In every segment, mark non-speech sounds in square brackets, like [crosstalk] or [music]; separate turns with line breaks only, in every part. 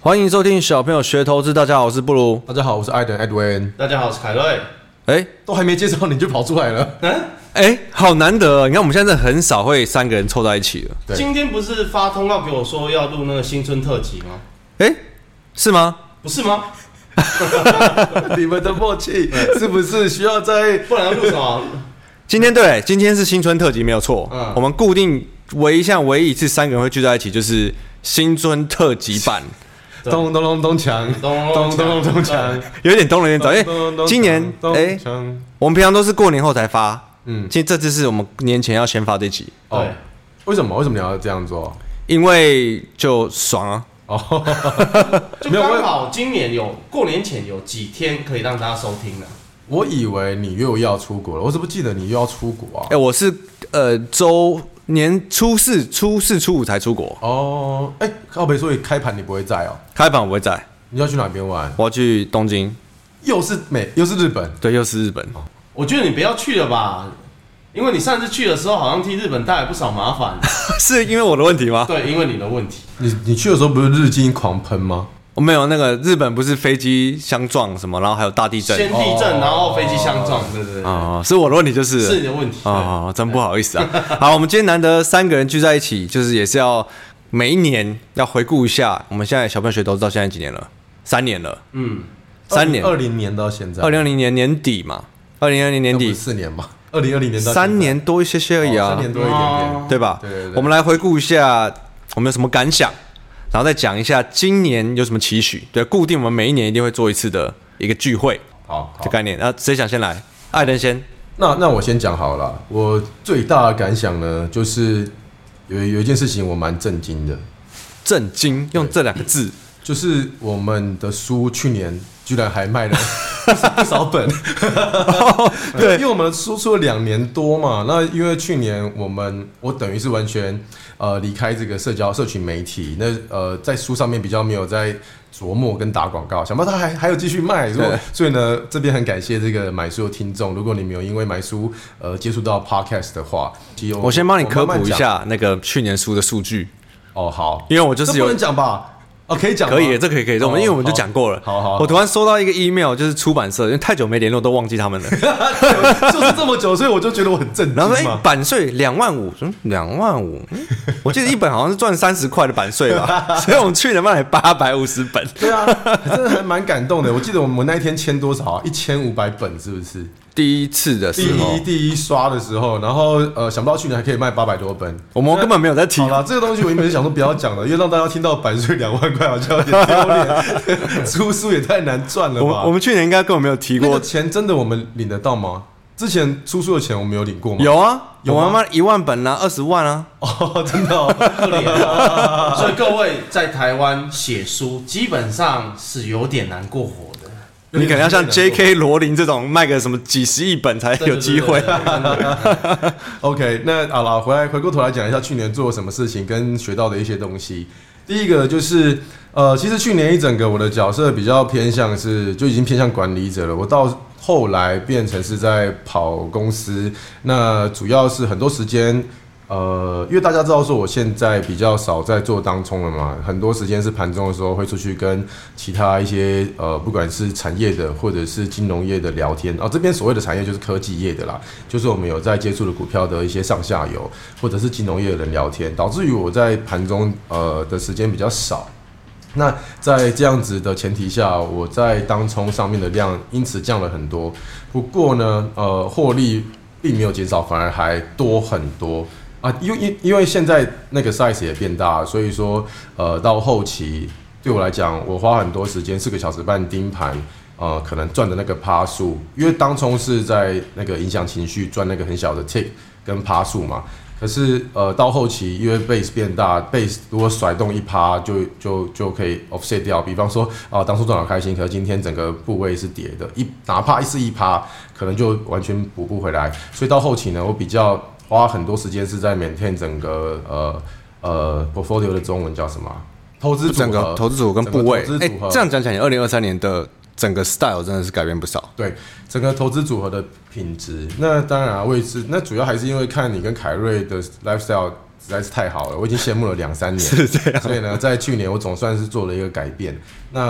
欢迎收听小朋友学投资，大家好，我是布鲁。
大家好，我是艾登 Edwin，
大家好，我是凯瑞。
哎
都还没介绍你就跑出来
[laughs]
了，
哎，好难得、哦，你看我们现在真的很少会三个人凑在一起了。
对
今天不是发通告给我说要录那个新春特辑吗？
哎，是吗？
不是吗？
[laughs] 你们的默契是不是需要在？
不然要录什么？
今天对，今天是新春特辑，没有错。
嗯
我们固定唯一像唯一一次三个人会聚在一起，就是新春特辑
[laughs]
版，
咚咚咚咚锵，
咚咚
咚
咚
咚咚
咚
锵哎
锵，
有点东了有点早。
咚
因为今年
咚
哎，
锵
我们平常都是过年后才发，
嗯，
今这次是我们年前要先发这集，
哦
对，
为什么为什么你要这样做？
因为就爽啊。
哦，
就
[laughs] 没有我
刚好今年有过年前有几天可以让大家收听了。
我以为你又要出国了，我怎么记得你又要出国啊
哎、？我是呃周年初四、初四、初五才出国，
哦，哎，靠北，所以开盘你不会在哦，
开盘我会在，
你要去哪边玩？
我要去东京，
又是美，又是日本，
对，又是日本。
我觉得你不要去了吧，因为你上次去的时候好像替日本带来不少麻
[laughs]
烦。
是因为我的问题吗？
对，因为你的问题。
你你去的时候不是日经狂喷吗？
我哦没有那个日本不是飞机相撞什么，然后还有大地震
先地
哦
震，然后飞机相撞，对对对，
哦，是我的问题就是
是你的问题。对
哦，真不好意思啊。好，我们今天难得三个人聚在一起，就是也是要每一年要回顾一下，我们现在小朋友学都知道现在几年了，三年了，
嗯，
三年，
二零年到现在，
二零二零年年底嘛，二零二零年
那不是
底，
四年嘛，二零二零年到现在
三年多一些些而已
哦
啊
三，年多一点点
哦。
对吧？
对对对
我们来回顾一下我们有什么感想，然后再讲一下今年有什么期许。对，固定我们每一年一定会做一次的一个聚会。
好，好
这概念。那谁想先来？艾登先。
那那我先讲好了，我最大的感想呢，就是有有一件事情我蛮震惊的，
震惊，用这两个字，
就是我们的书去年居然还卖了 [laughs] 不少
[laughs]
本，
哦
对， [laughs] 因为我们输出了两年多嘛，那因为去年我们我等于是完全呃离开这个社交社群媒体，那呃在书上面比较没有在琢磨跟打广告，想不到他还还有继续卖，如果
对
所以呢这边很感谢这个买书的听众，如果你没有因为买书呃接触到 podcast 的话，其实
我先帮你科普一
慢慢讲
下那个去年输的数据，
哦，好，
因为我就是
这不
有
能。讲吧。哦，可以讲吗，
可以，这可以可以，我们因
哦
为我们就
好
讲过了。
好好好
我突然收到一个 email，就是出版社，因为太久没联络，都忘记他们了。
[laughs] 就是这么久，所以我就觉得我很震惊
然后说，哎、
嘛。
版税两万五，嗯，两万五，
[laughs]
嗯我记得一本好像是赚三十块的版税吧，所以我们去年卖了八百五十本，
对啊，真的还蛮感动的。我记得我们那一天签多少啊？一千五百本是不是？
第一次的
第
时候
一，第一刷的时候，然后呃，想不到去年还可以卖八百多本。
我们根本没有在提
好啦，这个东西我原本是想说不要讲了，因为让大家听到版税两万块好像有点
[laughs]
丢脸，出书也太难赚了
我们我
吧？
们去年应该根本没有提
那
过
个。钱真的我们领得到吗？之前出书的钱我们有领过吗？
有啊，
有
我
吗
们卖一万本啊，二十万啊，
哦，真的、哦，
可怜哦。所以各位在台湾写书，基本上是有点难过活的。
你可能要像 J.K. 罗琳这种卖个什么几十亿本才
[laughs]
有机会。
对。对对对对
OK，那好了，回来回过头来讲一下去年做了什么事情跟学到的一些东西。第一个就是，呃，其实去年一整个我的角色比较偏向是就已经偏向管理者了，我到后来变成是在跑公司，那主要是很多时间。呃，因为大家知道说我现在比较少在做当冲了嘛，很多时间是盘中的时候会出去跟其他一些呃，不管是产业的或者是金融业的聊天啊、这边所谓的产业就是科技业的啦，就是我们有在接触的股票的一些上下游或者是金融业的人聊天，导致于我在盘中呃的时间比较少。那在这样子的前提下，我在当冲上面的量因此降了很多。不过呢，呃，获利并没有减少，反而还多很多啊。因为因因为现在那个 size 也变大，所以说呃，到后期对我来讲，我花很多时间，四个小时半盯盘。呃，可能赚的那个趴数，因为当冲是在那个影响情绪赚那个很小的 tick 跟趴数嘛。可是呃，到后期因为 base 变大，base 如果甩动一趴，就就就可以 offset 掉。比方说啊、当初赚好开心，可是今天整个部位是跌的，一哪怕是一趴，可能就完全补不回来。所以到后期呢，我比较花很多时间是在 maintain 整个呃呃 portfolio 的中文叫什么啊？投资组合
整个投资组合跟
整个
部位
投资，
哎、
组合
这样讲起来，二零二三年的整个 style 真的是改变不少。
对整个投资组合的品质。那当然、啊，我也是，那主要还是因为看你跟凯瑞的 lifestyle 实在是太好了，我已经羡慕了两
[laughs]
三年。是这样。所以呢，在去年我总算是做了一个改变。那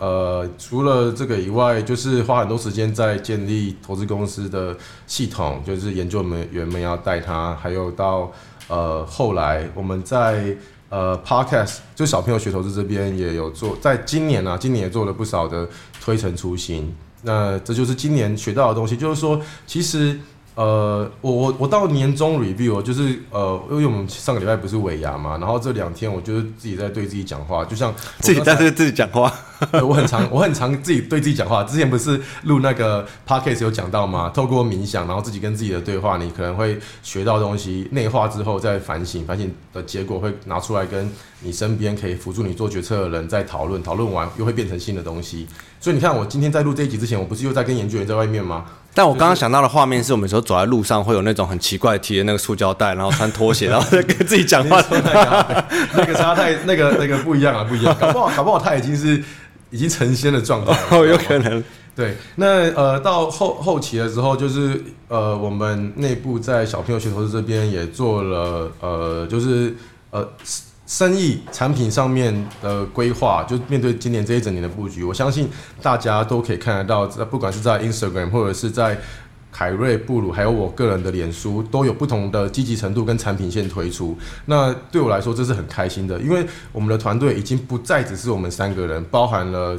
呃，除了这个以外，就是花很多时间在建立投资公司的系统，就是研究们员们要带他，还有到呃后来我们在。呃，podcast 就小朋友学投资这边也有做，在今年啊，今年也做了不少的推陈出新。那这就是今年学到的东西，就是说，其实呃，我我我到年终 review，哦就是呃，因为我们上个礼拜不是尾牙嘛，然后这两天我就是自己在对自己讲话，就像我
自己
刚
在
才
对自己讲话，
[laughs] 对我很常，我很常自己对自己讲话。之前不是录那个 podcast 有讲到吗？透过冥想，然后自己跟自己的对话，你可能会学到东西，内化之后再反省，反省的结果会拿出来跟你身边可以辅助你做决策的人再讨论，讨论完又会变成新的东西。所以你看，我今天在录这一集之前，我不是又在跟研究员在外面吗？
但我刚刚想到的画面是我们有时候走在路上会有那种很奇怪提的那个塑胶袋，然后穿拖鞋，然后在跟自己讲 [laughs] 话。
那个啊那个差太那个那个不一样啊，不一样。搞不好搞不好他已经是已经成仙的状态了，
[laughs] 哦，有可能，
对，那呃，到后后期的时候，就是呃，我们内部在小朋友学投资这边也做了呃，就是呃生意产品上面的规划，就面对今年这一整年的布局，我相信大家都可以看得到，在不管是在 Instagram 或者是在凯瑞、布鲁，还有我个人的脸书，都有不同的积极程度跟产品线推出。那对我来说，这是很开心的，因为我们的团队已经不再只是我们三个人，包含了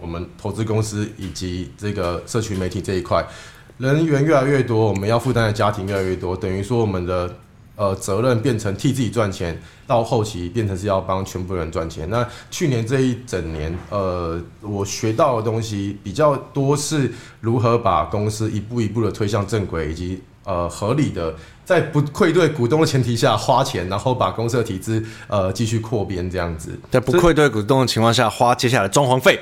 我们投资公司以及这个社群媒体这一块，人员越来越多，我们要负担的家庭越来越多，等于说我们的呃责任变成替自己赚钱，到后期变成是要帮全部人赚钱。那去年这一整年，呃，我学到的东西比较多是如何把公司一步一步的推向正轨，以及呃合理的在不愧对股东的前提下花钱，然后把公司的体制呃继续扩编这样子。
在不愧对股东的情况下，花接下来的装潢费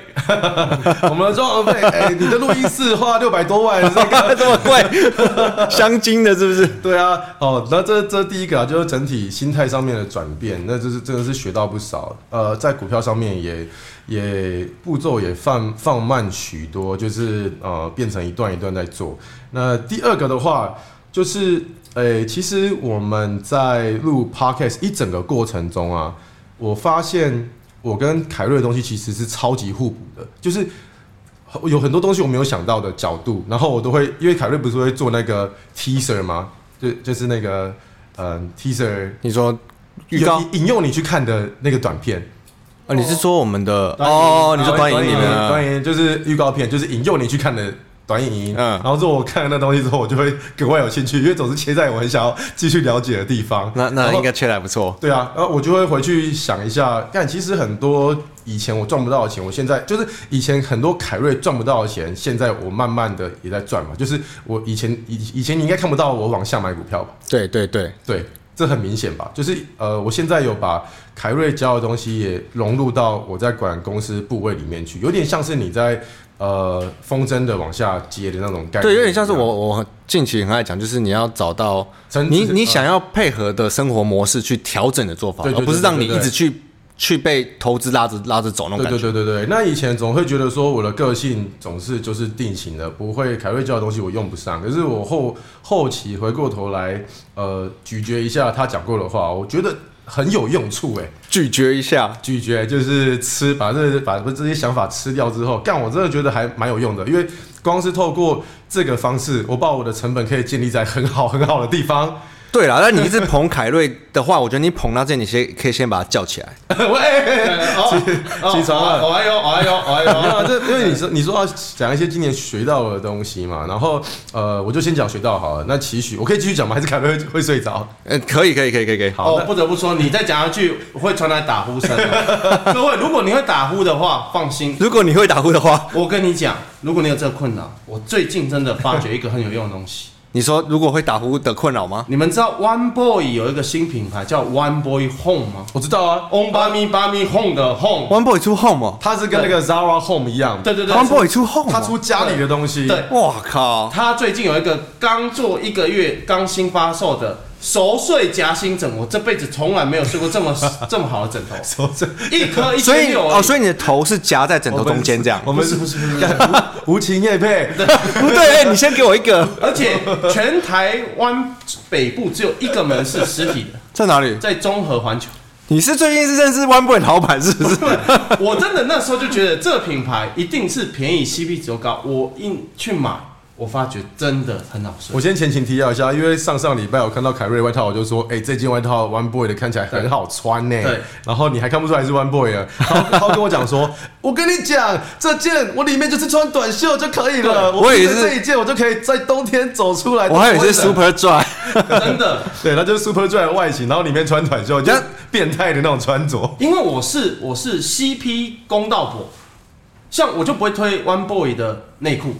[laughs] 我们的装潢费，哎、你的录音室花六百多万，这
[laughs]
个
这么贵，镶金的是不是？
对啊，哦，那这这第一个啊，就是整体心态上面的转变，那就是真的是学到不少。呃，在股票上面也也步骤也放放慢许多，就是呃变成一段一段在做。那第二个的话，就是诶、其实我们在录 podcast 一整个过程中啊，我发现我跟凯瑞的东西其实是超级互补的，就是。有很多东西我没有想到的角度，然后我都会，因为凯瑞不是会做那个 teaser 吗？就就是那个嗯 teaser
你说预告
有引诱你去看的那个短片
啊？你是说我们的哦？你说短影里面
啊
啊？
短影就是预告片，就是引诱你去看的短影音。
嗯
然后之后我看了那东西之后，我就会格外有兴趣，因为总是切在我很想要继续了解的地方。
那那
然后
应该切来不错。
对啊，然后我就会回去想一下，但其实很多以前我赚不到的钱，我现在就是以前很多凯瑞赚不到的钱，现在我慢慢的也在赚嘛。就是我以前以以前你应该看不到我往下买股票吧？
对对对，
对，这很明显吧？就是呃，我现在有把凯瑞教的东西也融入到我在管公司部位里面去，有点像是你在呃风筝的往下接的那种概念一样，
对，有点像是我我近期很爱讲，就是你要找到
层次
你你
嗯
想要配合的生活模式去调整的做法，
对
而
对对
不是让你
对对
一
对
直去去被投资拉着拉着走那种
对
感
对
觉。
对对对，那以前总会觉得说我的个性总是就是定型的，不会凯瑞教的东西我用不上。可是我后后期回过头来，呃，咀嚼一下他讲过的话，我觉得很有用处哎。
咀嚼一下，
咀嚼就是吃，把这把这些想法吃掉之后，干我真的觉得还蛮有用的，因为光是透过这个方式，我把我的成本可以建立在很好很好的地方，
对啦，那你一直捧凯瑞的话，我觉得你捧到这，你先可以先把他叫起来。
[laughs] 喂，哦
起床了
哦哎呦，哦哎呦，哦哎呦，[laughs]
没有啊，这因为你说你说要讲一些今年学到的东西嘛，然后呃，我就先讲学到好了。那期许我可以继续讲吗？还是凯瑞会会睡着？
嗯，可以，可以，可以，可以，可以。
好
哦，不得不说，你再讲下去会传来打呼声哦。 [laughs] 各位，如果你会打呼的话，放心，
如果你会打呼的话，
我跟你讲，如果你有这个困扰，我最近真的发觉一个很有用的东西。 [laughs]
你说如果会打呼的困扰吗？
你们知道 One Boy 有一个新品牌叫 One Boy Home 吗
我知道 [laughs] 啊，
？On 巴咪巴咪 Home 的 Home，
One Boy 出 Home 哦
他是跟那个 Zara Home 一样，
对对对
，One Boy 出 Home，哦
他出，家里的东西， [laughs]
对
哇靠！
他最近有一个刚做一个月、刚新发售的熟睡夹心枕，我这辈子从来没有睡过这么 [laughs] 这么好的枕头，
手指，
一颗一
所
千
以
六
哦，所以你的头是夹在枕头
我们
中间这样。
我们是不是
[laughs]
无无情夜配？
哦不对，哎你先给我一个，
而且全台湾北部只有一个门是实体的，
[laughs] 在哪里？
在中和
[laughs]
环球。
你是最近是认识 One Boy 老板是不是？
我真的那时候就觉得这品牌一定是便宜，CP 值又高，我硬去买，我发觉真的很好睡
我。先前情提要一下，因为上上礼拜我看到凯瑞的外套，我就说，哎、这件外套 One Boy 的看起来很好穿呢、
对
然后你还看不出来是 One Boy
[laughs]
啊？然后他跟我讲说，我跟你讲，这件我里面就是穿短袖就可以
对
了，我
我也
穿
是
这一件，我就可以在冬天走出来。
我还有一
是
是 Super Dry，
真的，
对，那就是 Super Dry 的外形，然后里面穿短袖，就是变态的那种穿着。
因为我是我是 CP 公道婆，像我就不会推 One Boy 的内裤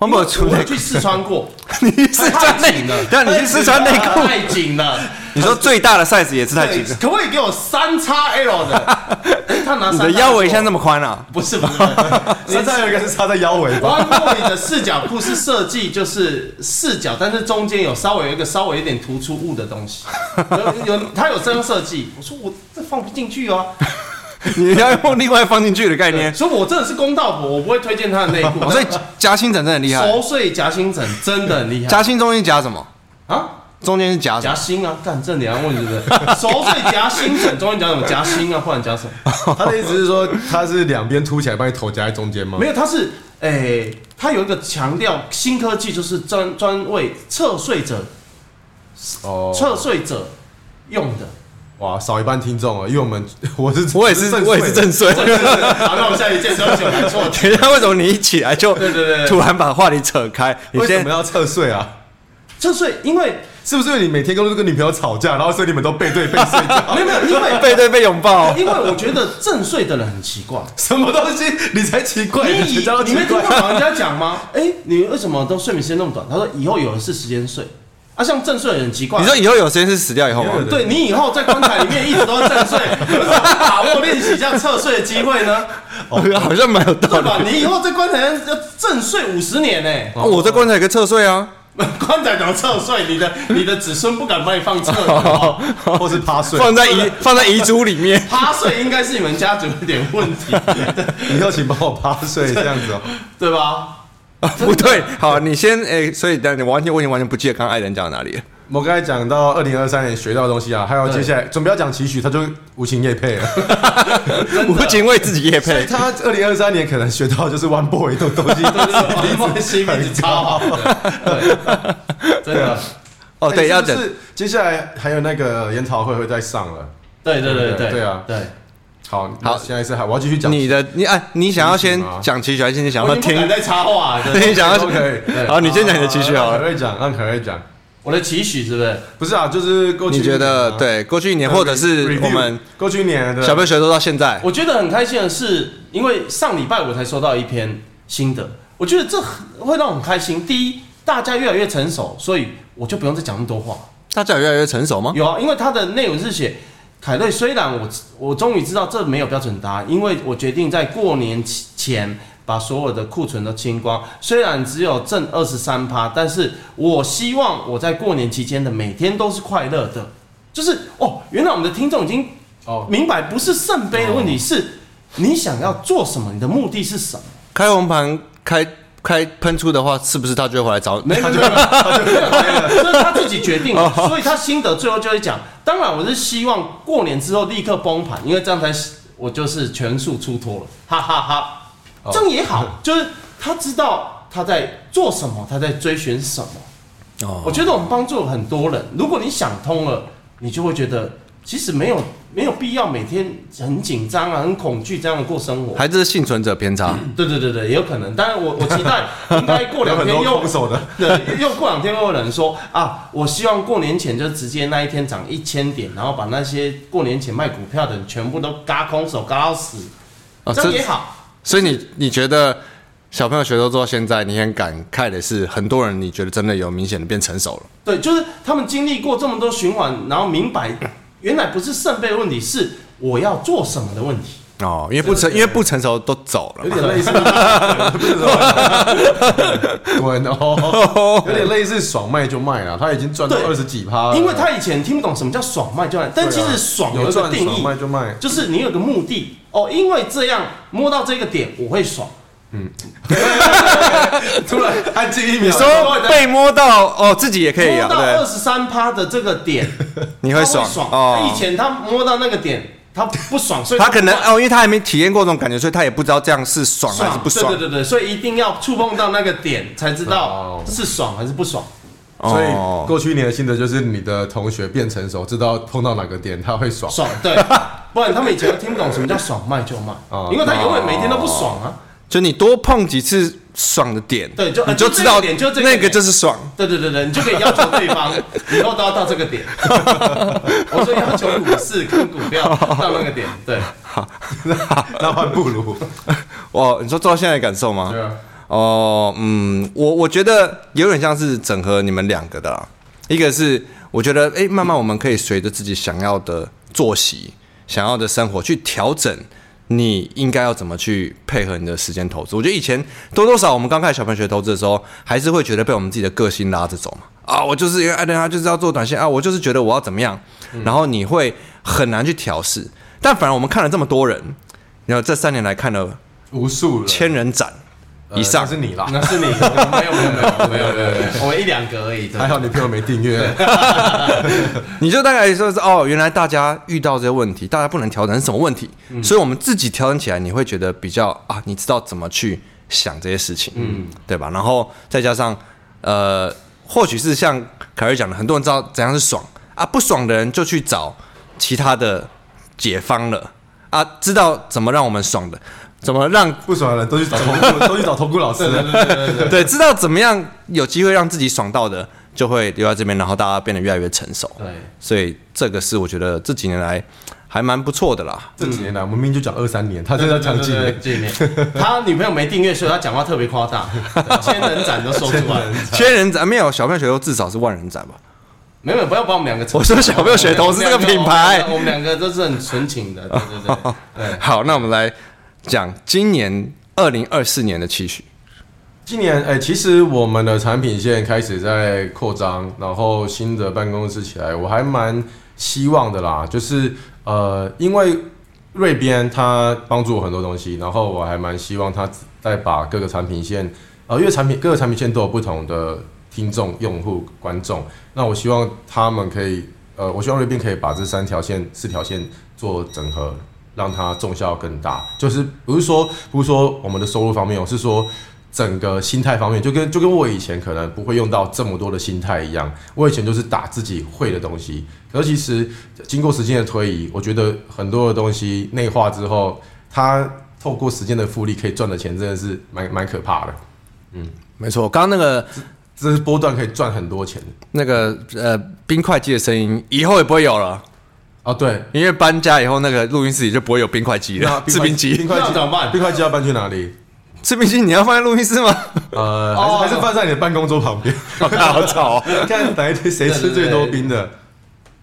One Boy
因为
出内裤
我去试穿过，
[laughs] 你是穿
太
内
紧了，，
但你是试穿内裤，
太紧了。
你说最大的 size 也是太紧
对
了，
可不可以给我三叉 L
[laughs]
的？哎他拿 [laughs]
你
三
的腰围像那
么
么宽啊？
不是不是，不
身
是
上有一个是插在腰围吧？
弯过你的四角裤是设计就是四角，但是中间有稍微有一个稍微有点突出物的
[laughs]
东西，有有它有这样设计。我说我这放不进去啊，
[laughs] 你要用另外放进去的概念。
所以我真的是公道婆，我不会推荐它
[laughs]
的内裤。
哦所以夹心枕真的很厉害，
熟睡夹心枕真的很厉害
夹心中间夹什么？
啊！
中间是夹什
夹
么？
心啊，干这你要问是不是？熟睡夹心枕，中间讲什么夹心啊，不然夹什么？
他的意思是说，他是两边凸起来，把你头夹在中间吗？
没有，它是诶、它有一个强调新科技，就是专专为侧睡者、
哦，
侧睡者用的。 [laughs]
哇，少一半听众啊，因为我们我是
我也是，我也是正睡。
对对对好，那我们下一件东西我来错
[laughs] 等一下，为什么你一起来就
对对对对
突然把话题扯开？你
为什
先
么要侧睡啊？
侧睡，因为
是不是因为你每天都是跟女朋友吵架，然后所以你们都背对背睡
[laughs]
觉？
没有没有，因
[laughs]
为
背对背拥
[laughs]
抱，
因为我觉得正睡的人很奇
[laughs]
怪。
什么东西？你才奇怪，
你
全
以
家都
你
奇
没听
怪
过。老人家讲吗？ [laughs] 哎、你为什么都睡眠时间那么短？他说以后有的是时间睡。啊，像正睡的人很奇怪。
你说以后有时间是死掉以后啊吗
因
[laughs]
为？
对你以后在棺材里面一直都是正睡， [laughs] 为什么不把握练习这样侧睡的机会呢？
哦好像蛮有道
对
理。
吧？你以后在棺材上要正睡五十年呢、 [laughs]
哦我在棺材可以侧睡啊，
棺材怎么侧睡？你的你的子孙不敢把你放 [laughs] 侧，好不
[laughs]
好
或是趴睡，
放在遗放在遗嘱里
[laughs]
面。
趴睡应该是你们家族有点问题， [laughs]
以后请帮我趴睡这样子哦。
对吧？
啊不对，好，你先诶，所以但你完全我已经完全不记得刚刚艾伦讲到哪里了。
我刚才讲到二零二三年学到的东西啊，还有接下来准备要讲期许，他就无情
[laughs]
夜配了。
无情为自己夜
所以
配，
他二零二三年可能学到的就是 One Boy 这种东
[laughs]
西， [laughs]
对对，心品超好的，对，真的，
哦，对，要
就
等，
哎是接下来还有那个研讨会会再上了。
对对对对，
对啊
对，
好，好，
好
现在是还我要继续讲
你的你哎，你想要先
情吗
讲期许，还是你想
我
要
已经不敢
听？
再插话 [laughs] 了，
[laughs] 对，你想要
都可以
好，你先讲你的期许好
让
了。
可瑞啊讲，让可瑞讲。
我的期许是不是？
不是啊，就是过去
你
一
觉
年啊
得对过去一年，或者是
Review，
我们
过去一年的
小朋友学都到现在，
我觉得很开心的是，因为上礼拜我才收到一篇新的，我觉得这很会让我很开心。第一，大家越来越成熟，所以我就不用再讲那么多话。
大家有越来越成熟吗？
有啊，因为它的内容是写凯瑞，虽然我我终于知道这没有标准答案，因为我决定在过年前把所有的库存都清光，虽然只有挣二十三趴，但是我希望我在过年期间的每天都是快乐的。就是哦，原来我们的听众已经
哦，
明白，不是圣杯的问题，是你想要做什么，你的目的是什么。
开红盘开开喷出的话，是不是他就会回来找你？
没有没有，没有没有哦这是他自己决定的，所以他心得最后就会讲。当然，我是希望过年之后立刻崩盘，因为这样才我就是全数出脱了，哈哈哈
哦
这样也好，就是他知道他在做什么，他在追寻什么。
哦
我觉得我们帮助了很多人。如果你想通了，你就会觉得其实没有没有必要每天很紧张啊、很恐惧这样的过生
[laughs]
活。
还是幸存者偏差，
对对对对，也有可能。当然我，我期
[laughs]
待应该过
有
两
很
天
多
又
空手的，
[laughs] 对，又过两天会有人说啊，我希望过年前就直接那一天涨一千点，然后把那些过年前卖股票的人全部都嘎空手嘎到死，
啊
哦
这
这
样也好。
所以你你觉得小朋友学都做到现在，你很感慨的是，很多人你觉得真的有明显的变成熟了。
对，就是他们经历过这么多循环，然后明白原来不是圣杯的问题，是我要做什么的问题。
哦，因为不成，因为不成熟都走了
有
嘛。
点类似，滚哦，有点类似爽卖就卖了，他已经赚到
对
二十几趴了，
因为他以前听不懂什么叫爽卖就卖，但
啊对啊
其实爽有
有
一个
赚
定
爽
义，
卖就卖，
就是你有个目的哦，因为这样摸到这个点我会爽。
突然 [laughs] 安静一秒，
你 [laughs] 说 [laughs] 被摸到哦，自己也可以
摸
啊，
到二
对，
十三趴的这个点，
你会
他
爽
他以
哦。
前他摸到那个点，他不爽，所以
他可能
不
哦，因为他还没体验过这种感觉，所以他也不知道这样是爽还是不爽
对。对对对，所以一定要触碰到那个点才知道
哦
是爽还是不爽。
所以
哦
过去一年的心得就是，你的同学变成熟，知道碰到哪个点他会爽。
爽，对，不然他们以前都听不懂什么叫爽卖就卖
哦，
因为他永远每天都不爽啊。
就你多碰几次爽的点，
对就
你就
呃就
知道
这个点就这个
那个
点
就是爽。
对对对对，你就可以要求对方以后都要到这个点。我说要求股市跟股票到那个点，对，
那换不如，
哦，你说做到现在的感受吗？
对啊，
哦，嗯，我我觉得有点像是整合你们两个的啦。一个是我觉得，哎、慢慢我们可以随着自己想要的作息、想要的生活去调整，你应该要怎么去配合你的时间投资。我觉得以前多多少少我们刚开始小朋友学投资的时候，还是会觉得被我们自己的个性拉着走嘛。啊，我就是因为爱他就是要做短线啊，我就是觉得我要怎么样，
嗯
然后你会很难去调试。但反而我们看了这么多人，然后这三年来看了
无数人
千人斩以上
呃那，是你啦，
那是你，没有没有没有没有没有没有，我们一两个而已。对
还好你朋友没订阅，
你就大概说是哦，原来大家遇到这些问题，大家不能调整是什么问题，所以我们自己调整起来，你会觉得比较啊，你知道怎么去想这些事情，嗯，对吧？然后再加上呃，或许是像凯瑞讲的，很多人知道怎样是爽啊，不爽的人就去找其他的解方了啊，知道怎么让我们爽的，怎么让
不爽的人都去找投顾，都去找投顾老师。
对知道怎么样有机会让自己爽到的，就会留在这边，然后大家变得越来越成熟，
对，
所以这个是我觉得这几年来还蛮不错的 [laughs] 啦。
这几年来，我们明明就讲二三年，他现在讲几
对
年？
对对对对他女朋友没订阅，所以他讲话特别夸大，千人斩都说出来。
千人斩没有，小朋友学都至少是万人斩吧？
没有，没有不要把我们两个扯。
我说小朋友学投资这个品牌
我们两个都是很纯情的，对对对。对
好，那我们来讲今年二零二四年的期许。
今年，哎、其实我们的产品线开始在扩张，然后新的办公室起来，我还蛮希望的啦。就是呃，因为瑞编它帮助我很多东西，然后我还蛮希望它再把各个产品线，呃，因为产品各个产品线都有不同的听众、用户、观众，那我希望他们可以，呃，我希望瑞编可以把这三条线、四条线做整合，让它重效更大。就是不是说不是说我们的收入方面，我是说。整个心态方面，就跟就跟我以前可能不会用到这么多的心态一样，我以前就是打自己会的东西。可是其实经过时间的推移，我觉得很多的东西内化之后，它透过时间的复利可以赚的钱真的是蛮蛮可怕的，
没错，刚刚那个
这是波段可以赚很多钱
那个呃冰块机的声音，以后也不会有了，
啊！对，
因为搬家以后那个录音室里就不会有冰块机
那
了。制啊冰
[laughs] 冰
机，
块
那
机
怎么办
冰块机要搬去哪里？
[laughs] 制冰机你要放在录音室吗？
呃，还是、
哦
还是放在你的办公桌旁
[laughs]
边，
[laughs] 好吵哦。
看哪一天谁吃最多冰的。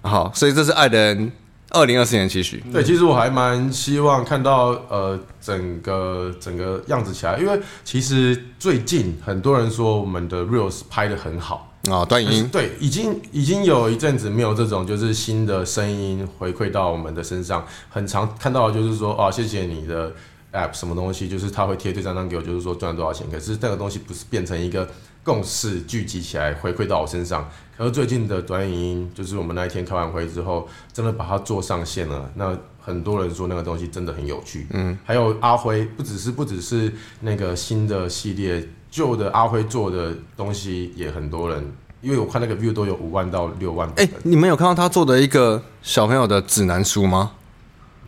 好，所以这是爱的人二零二四年的期许。
对，其实我还蛮希望看到呃整个整个样子起来，因为其实最近很多人说我们的 reels 拍的很好，
哦，段
就是
莹，
对，已经已经有一阵子没有这种就是新的声音回馈到我们的身上，很常看到的就是说啊，谢谢你的 app 什么东西，就是他会贴对账单给我，就是说赚了多少钱，可是那个东西不是变成一个共识聚集起来回馈到我身上。可是最近的短影音，就是我们那一天开完会之后，真的把它做上线了。那很多人说那个东西真的很有趣，嗯，还有阿辉，不只是不只是那个新的系列，旧的阿辉做的东西也很多人因为我看那个 view 都有五万到六万。
哎、你们有看到他做的一个小朋友的指南书吗？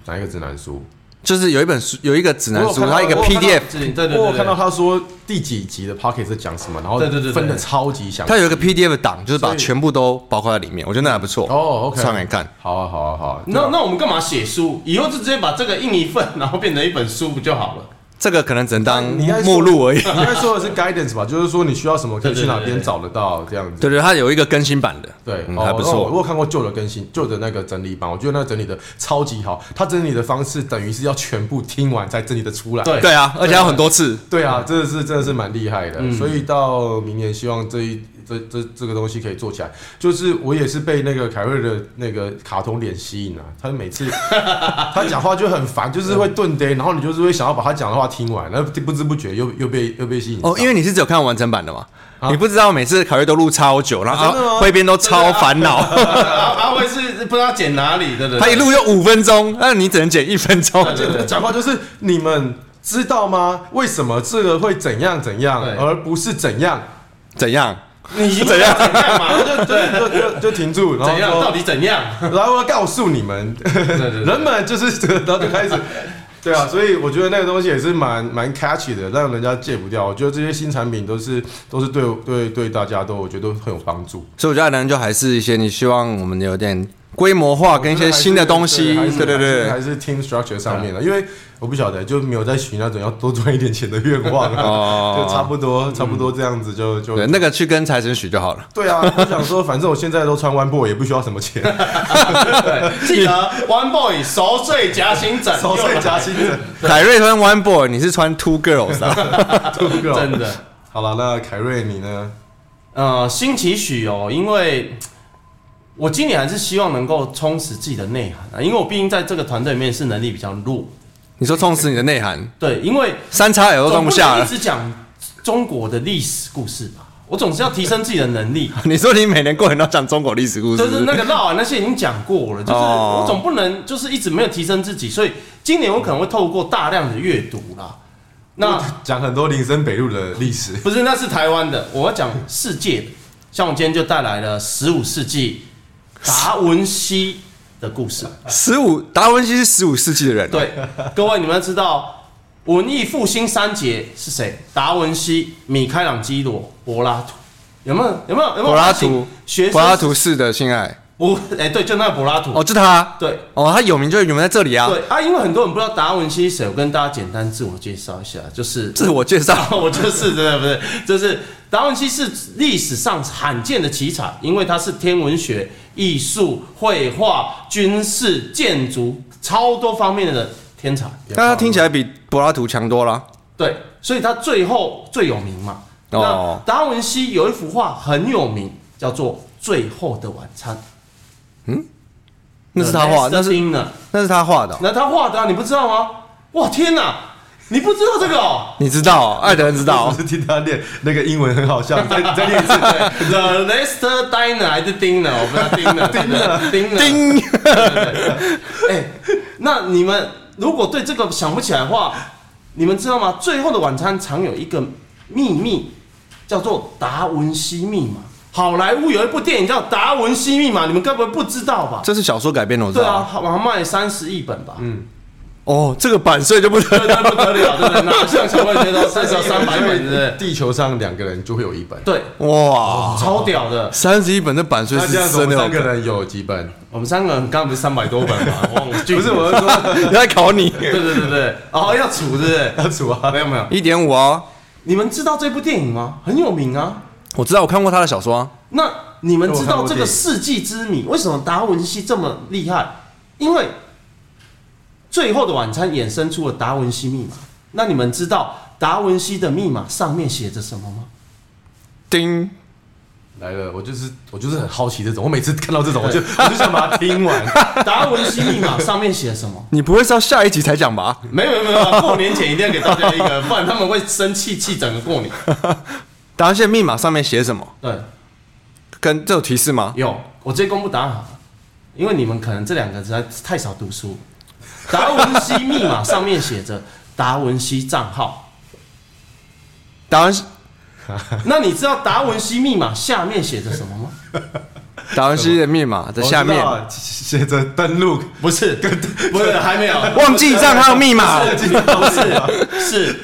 哪一个指南书？
就是有一本书，有一个指南
我有
书，
看到
它一个
我有看到
PDF，
自己对对对
我有看到
对，
他说第几集的 Pocket 是讲什么，然后
对对对对
分的超级详细。
它有一个 PDF 档，就是把
所以
全部都包括在里面，我觉得那还不错。
哦，OK，
上来看。
好啊，好啊，好啊。
那那我们干嘛写书？以后就直接把这个印一份，然后变成一本书不就好了？
这个可能只能当
你应该说
目录而已。
你应该说的是 guidance 吧，就是说你需要什么可以去哪
对对对
边
对
找得到这样子。
对对，它有一个更新版的，
对，
嗯
哦
还不
那我我
错。
有看过旧的更新，旧的那个整理版，我觉得那个整理的超级好。它整理的方式等于是要全部听完才整理的出来。
对
对啊，而且还有很多次。
对啊，真的是真的是蛮厉害的。
嗯
所以到明年，希望这一这这这个东西可以做起来。就是我也是被那个凯瑞的那个卡通脸吸引了、啊他
[laughs]
每次他讲话就很烦，就是
嗯
会顿呆，然后你就是会想要把他讲的话听完，然后不知不觉又又被又被吸引上。
哦，因为你是只有看完整版的嘛，你不知道每次考虑都录超久，然
啊真的
后
吗啊
汇编都超烦 [laughs] 恼，
阿阿慧是不知道剪哪里，对对对。
他一录就五分钟，那你只能剪一分钟。
这 [laughs] 讲话就是你们知道吗？为什么这个会怎样怎样
对，
而不是
[laughs]
怎样？
怎样？
你已经怎样怎样嘛？就对，
就就就停住，然后
怎样？
说
到底怎样？
然后我告诉你们，
对对对，
人们就是这个，然后就
[laughs]
开始。对啊，所以我觉得那个东西也是蛮蛮 catchy 的，让人家戒不掉。我觉得这些新产品都是都是对对对大家都我觉得都很有帮助。
所以我觉得呢，就还是一些你希望我们有点规模化跟一些新的东西
还是，
对对
还
对。
是还是 team structure 上面的，因为我不晓得就没有在许那种要多赚一点钱的愿望啊，
[laughs] 哦嗯
就差不多差不多这样子就就
对，那个去跟财神许就好了。
对啊，我想说，反正我现在都穿 One Boy，也不需要什
[laughs]
么钱，
对，记得 One Boy 熟睡夹心枕，
少睡加
[laughs]
薪的。
凯瑞穿 One Boy，你是穿 Two Girls 啊？
又来了真的。
好了，那凯瑞你呢？
呃，新期许哦，因为我今年还是希望能够充实自己的内涵啊，因为我毕竟在这个团队里面是能力比较弱。
你说充实你的内涵，
对，因为
三叉 L 都装
总
不
不
下
能一
了。
直讲中国的历史故事吧，我总是要提升自己的
[laughs]
能力。
[laughs] 你说你每年过年都讲中国历史故事，
就是那个绕啊，那些已经讲过了，就是
哦
我总不能就是一直没有提升自己，所以今年我可能会透过大量的阅读啦。那
啊
我讲很多林森北路的历史，
不是，那是台湾的，我要讲世界的。像我今天就带来了十五世纪达文西的
[laughs]
故事。
十五达文西是十五世纪的人、啊，
对，各位你们要知道文艺复兴三杰是谁？达文西、米开朗基罗、柏拉图。有没有？有没有？有没有
柏拉
发现
图
学，生
柏拉图式的性爱，
不，哎、对，就那个柏拉图。
哦，就他，
对，
哦，他有名就是有名在这里啊，
对啊，因为很多人不知道达文西是谁，我跟大家简单自我介绍一下，就是
自我介绍，
[laughs] 我就是真的不是，就是达文西是历史上罕见的奇才，因为他是天文学、艺术、绘画、军事、建筑超多方面的天才。
但他听起来比柏拉图强多了，
对，所以他最后最有名嘛。那
哦
达文西有一幅画很有名，叫做《最后的晚餐》。
那是他画，那是
英呢？
那是他画的哦、
那他画的、啊，你不知道吗？哇，天哪，你不知道这个
[laughs]
哦？
你知道哦、艾德人知道
我
哦、
是听他念那个英文很好笑，你再你
[laughs]
再念一次。
The Lester Diner 还是 Dinner？我不知道
[laughs]
Dinner 对不对
[laughs]
Dinner
叮，
[laughs] 哎，那你们如果对这个想不起来的话，你们知道吗？最后的晚餐常有一个秘密，叫做达文西密码。好莱坞有一部电影叫《达文西密码》，你们该不会不知道吧？
这是小说改编的，我知
对
道。
啊，好像卖三十亿本吧。嗯，
哦，这个版税就不得
对对，
了，
不得了，对不对？那像小慧觉得三十三百本，对不对？
地球上两个人就会有一本。
对，
哇，
超屌的。
三十一本的版税
那
是
这样子我
真
们
的
三个
有，
人有几本？
我们三个人刚刚不是三百多本吗？
[laughs]
我忘记
不是，我是说
[laughs] 你在考你
对对对对，哦，要处对不对？
要数
[laughs]
啊
没。有没有，
一点五啊，
你们知道这部电影吗？很有名啊。
我知道，我看过他的小说、啊，
那你们知道这
我看过电
个
影
世纪之谜为什么达文西这么厉害？因为《最后的晚餐》衍生出了达文西密码。那你们知道达文西的密码上面写着什么吗？
叮，
来了，我就是我就是很好奇这种，我每次看到这
[laughs]
种，我就我就想把它听完。
达文西密码上面写了什么？
你不会是要下一集才讲吧？
没有没有没有，过年前一定要给大家一个，不然他们会生气气整个过年。
答案线密码上面写什么？
对，
跟这有提示吗？
有，我直接公布答案好了，因为你们可能这两个实在太少读书。达文西密码上面写着达文西账号，
答案是
那你知道达文西密码下面写着什么吗？
达文西的密码在下面，
我知道啊写着登录，
不 [laughs] 是，不是，还没有，
忘记账号密码。
不是，是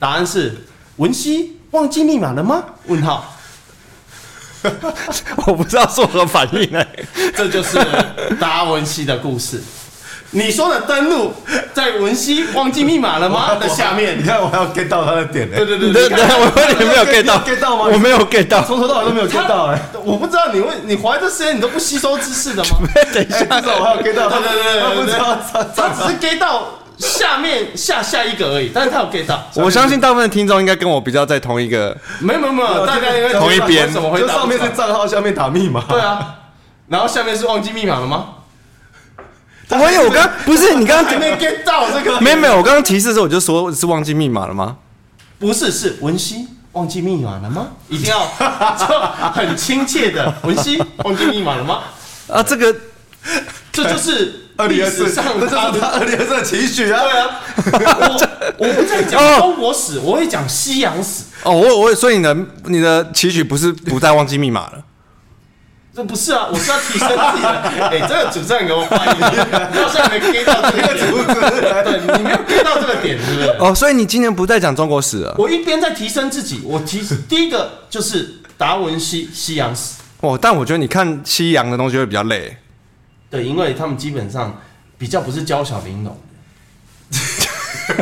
答案是文西忘记密码了吗？问号，
[laughs] 我不知道作何反应哎、 [laughs]
这就是达文西的故事。你说的登录在文西忘记密码了吗的下面
你，看我还要 get 到他的点呢、
对对对
你
对
的，我有点没有 get 到
get 到吗
我没有 get 到。
从头到尾都没有 get 到哎、
我不知道你为你花这时间你都不吸收知识的 [laughs] 吗？
等一
哎，
下，
至少我还有 get 到，
对对对对
他不知道他
他只是 get 到下面下下一个而已，但是他有 get 到，
[laughs] 我相信大部分听众应该跟我比较在同一 [laughs] 个。
没有没有没有，大概因为
同一边
怎么回
就
答？
上面是账号，下面打密码。
[laughs] 对啊，然后下面是忘记密码了吗？
我有，我刚不是你刚刚
[laughs] 还没 get 到这个？
没有没有，我刚刚提示的时候我就说是忘记密码了吗？
不是，是文熙忘记密码了吗？一定 [laughs] 要就很亲切的文熙忘记密码了吗？
啊，这个
这就是
二
历
零二四，
史上
这就是
他
他
的。
二零二四的期许
对
啊！
啊，我我不再讲
哦
中国史，我会讲西洋史。
哦，我我所以你的你的期许不是不再忘记密码了，
这不是啊，我是要提升自己的。 [laughs] 哎、这个主持人给我翻译，你好像没 get 到 [laughs] 这个点，对，你没有 get 到这个点，是不是？
哦，所以你今年不再讲中国史了。
我一边在提升自己，我提第一个就是达文西西洋史，
哦，但我觉得你看西洋的东西会比较累。
对，因为他们基本上比较不是娇小玲珑 [laughs]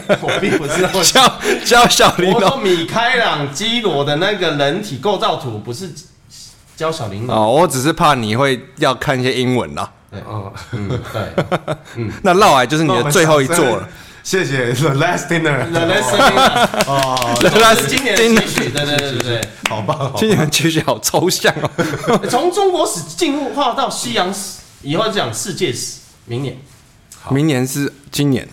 的。我并不知道。
教教小玲哦
我说
珑。
米开朗基罗的那个人体构造图不是娇小玲珑，
哦，我只是怕你会要看一些英文啦。
对，
哦，
嗯，对。 [laughs]
那绕来就是你
那我
的
们
最后一
掌
座
声
了。。
谢谢 The Last Dinner，
人生啊，
哦，
这是今年的期许，对对对对对。
好棒！好棒
今年其实好抽象哦。
[laughs] 从中国史进入化到西洋史，以后就讲世界史。明年，
明年是今年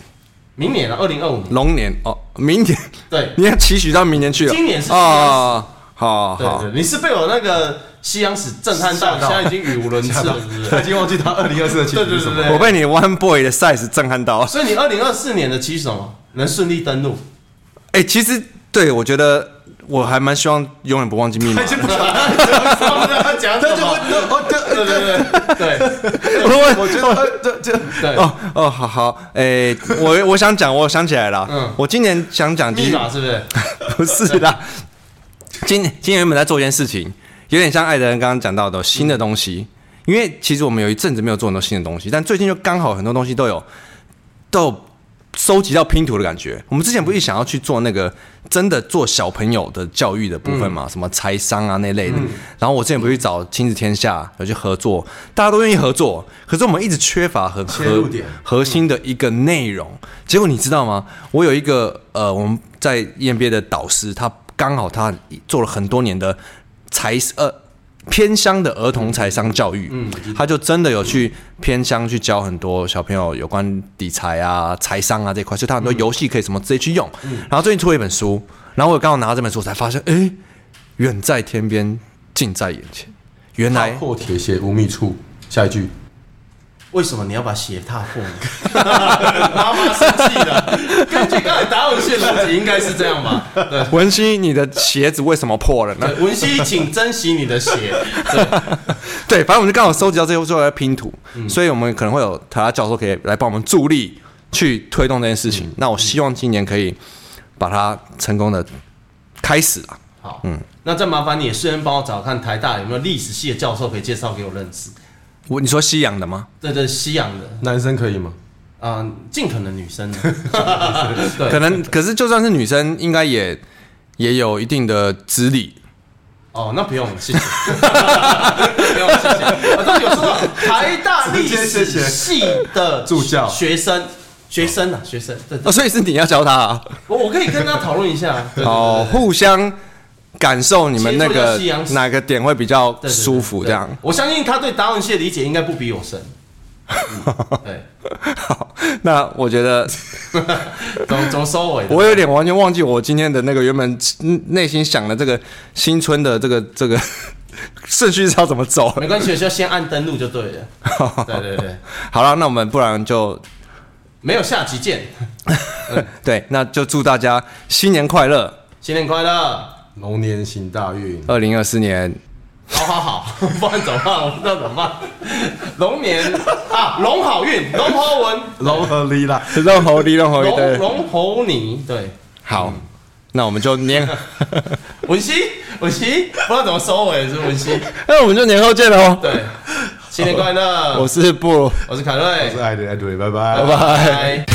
明年了，啊二零二五年。
龙年哦，明年 [laughs]
对，
你要期许到明年去了。
今年是
哦哦，好
对
好
对，，你是被我那个西洋史震撼到，
吓到
现在已经语无伦次了，是 [laughs] 不
他已
是？
经忘记他二零二四的期许
对对
是什
对
么。
对。
我被你 One Boy 的 size 震撼到。
所以你二零二四年的期许是什么？能顺利登录？
哎，其实对我觉得我还蛮希望永远不忘记密码
他已。经不想，
他讲
他
什
就
么？
我我对
哦对对对对
我
我觉得这这
对，
哦哦，好好，哎，我我想讲，我想起来了，
嗯
我今年想讲其
密
实
码是不是？
[laughs] 不是啦，今今年原本在做一件事情，有点像艾德恩刚刚讲到的新的东西，因为其实我们有一阵子没有做很多新的东西，但最近就刚好很多东西都有都有收集到拼图的感觉。我们之前不是想要去做那个真的做小朋友的教育的部分嘛，什么财商啊那类的。然后我之前不是去找亲子天下有去合作，大家都愿意合作，可是我们一直缺乏很
切入
核
点
核心的一个内容。结果你知道吗？我有一个呃，我们在 EMBA 的导师，他刚好他做了很多年的财呃偏乡的儿童财商教育，他就真的有去偏乡去教很多小朋友有关理财啊、财商啊这一块，所以他很多游戏可以什么直接去用。然后最近出了一本书，然后我刚好拿到这本书，我才发现，哎，远在天边，近在眼前。原来
来破铁鞋无觅处。下一句，
为什么你要把鞋踏破呢？ [laughs] 妈妈生气了。根据刚才达文西的逻辑，应该是这样吧？对。
文熙，你的鞋子为什么破了呢？
对文熙，请珍惜你的鞋。
对，反正我们就刚好收集到这些之后来拼图，所以我们可能会有台大教授可以来帮我们助力去推动这件事情。那我希望今年可以把它成功的开始啊。
好，嗯，那再麻烦你也顺便帮我找看台大有没有历史系的教授可以介绍给我认识。
我你说西洋的吗？
对对，西洋的
男生可以吗？
啊，呃尽、可能女生的，
可
对，
能，可是就算是女生，应该也也有一定的资历。
哦，那不用，谢谢，不用，谢谢。我这里有说到台大历史系的
助教
学生，学生啊，学生，对
哦，
对，
所以是你要教他、啊、
我我可以跟他讨论一下，对对对
哦，
对
互相感受你们那
接触到
个
西洋史
哪个点会比较
对对
舒服，这样
对。我相信他对达文西的理解应该不比我深。嗯、对，
好，那我觉得
怎么怎么收尾的？
我有点完全忘记我今天的那个原本嗯内心想的这个新春的这个这个 [laughs] 顺序是要怎么走。 [laughs]
没关系，就先按登录就对了。对对对，
好了，那我们不然就
没有下集见，
对，那就祝大家新年快乐。
新年快乐！
龙年行大运，
二零二四 [laughs] 年
好好好，不然怎么办？我不知道怎么办。龙年啊，龙好运，龙猴文，
龙和力啦，
任猴力任猴力
龙
对，
龙猴泥，对，
好，那我们就 [laughs] 年，
文熙，文熙，不知道怎么收尾，是文熙。
那哎我们就年后见哦喽。
对，新年快乐！
我是布鲁。
我是凯瑞，
我是艾德艾德，拜拜
拜
拜。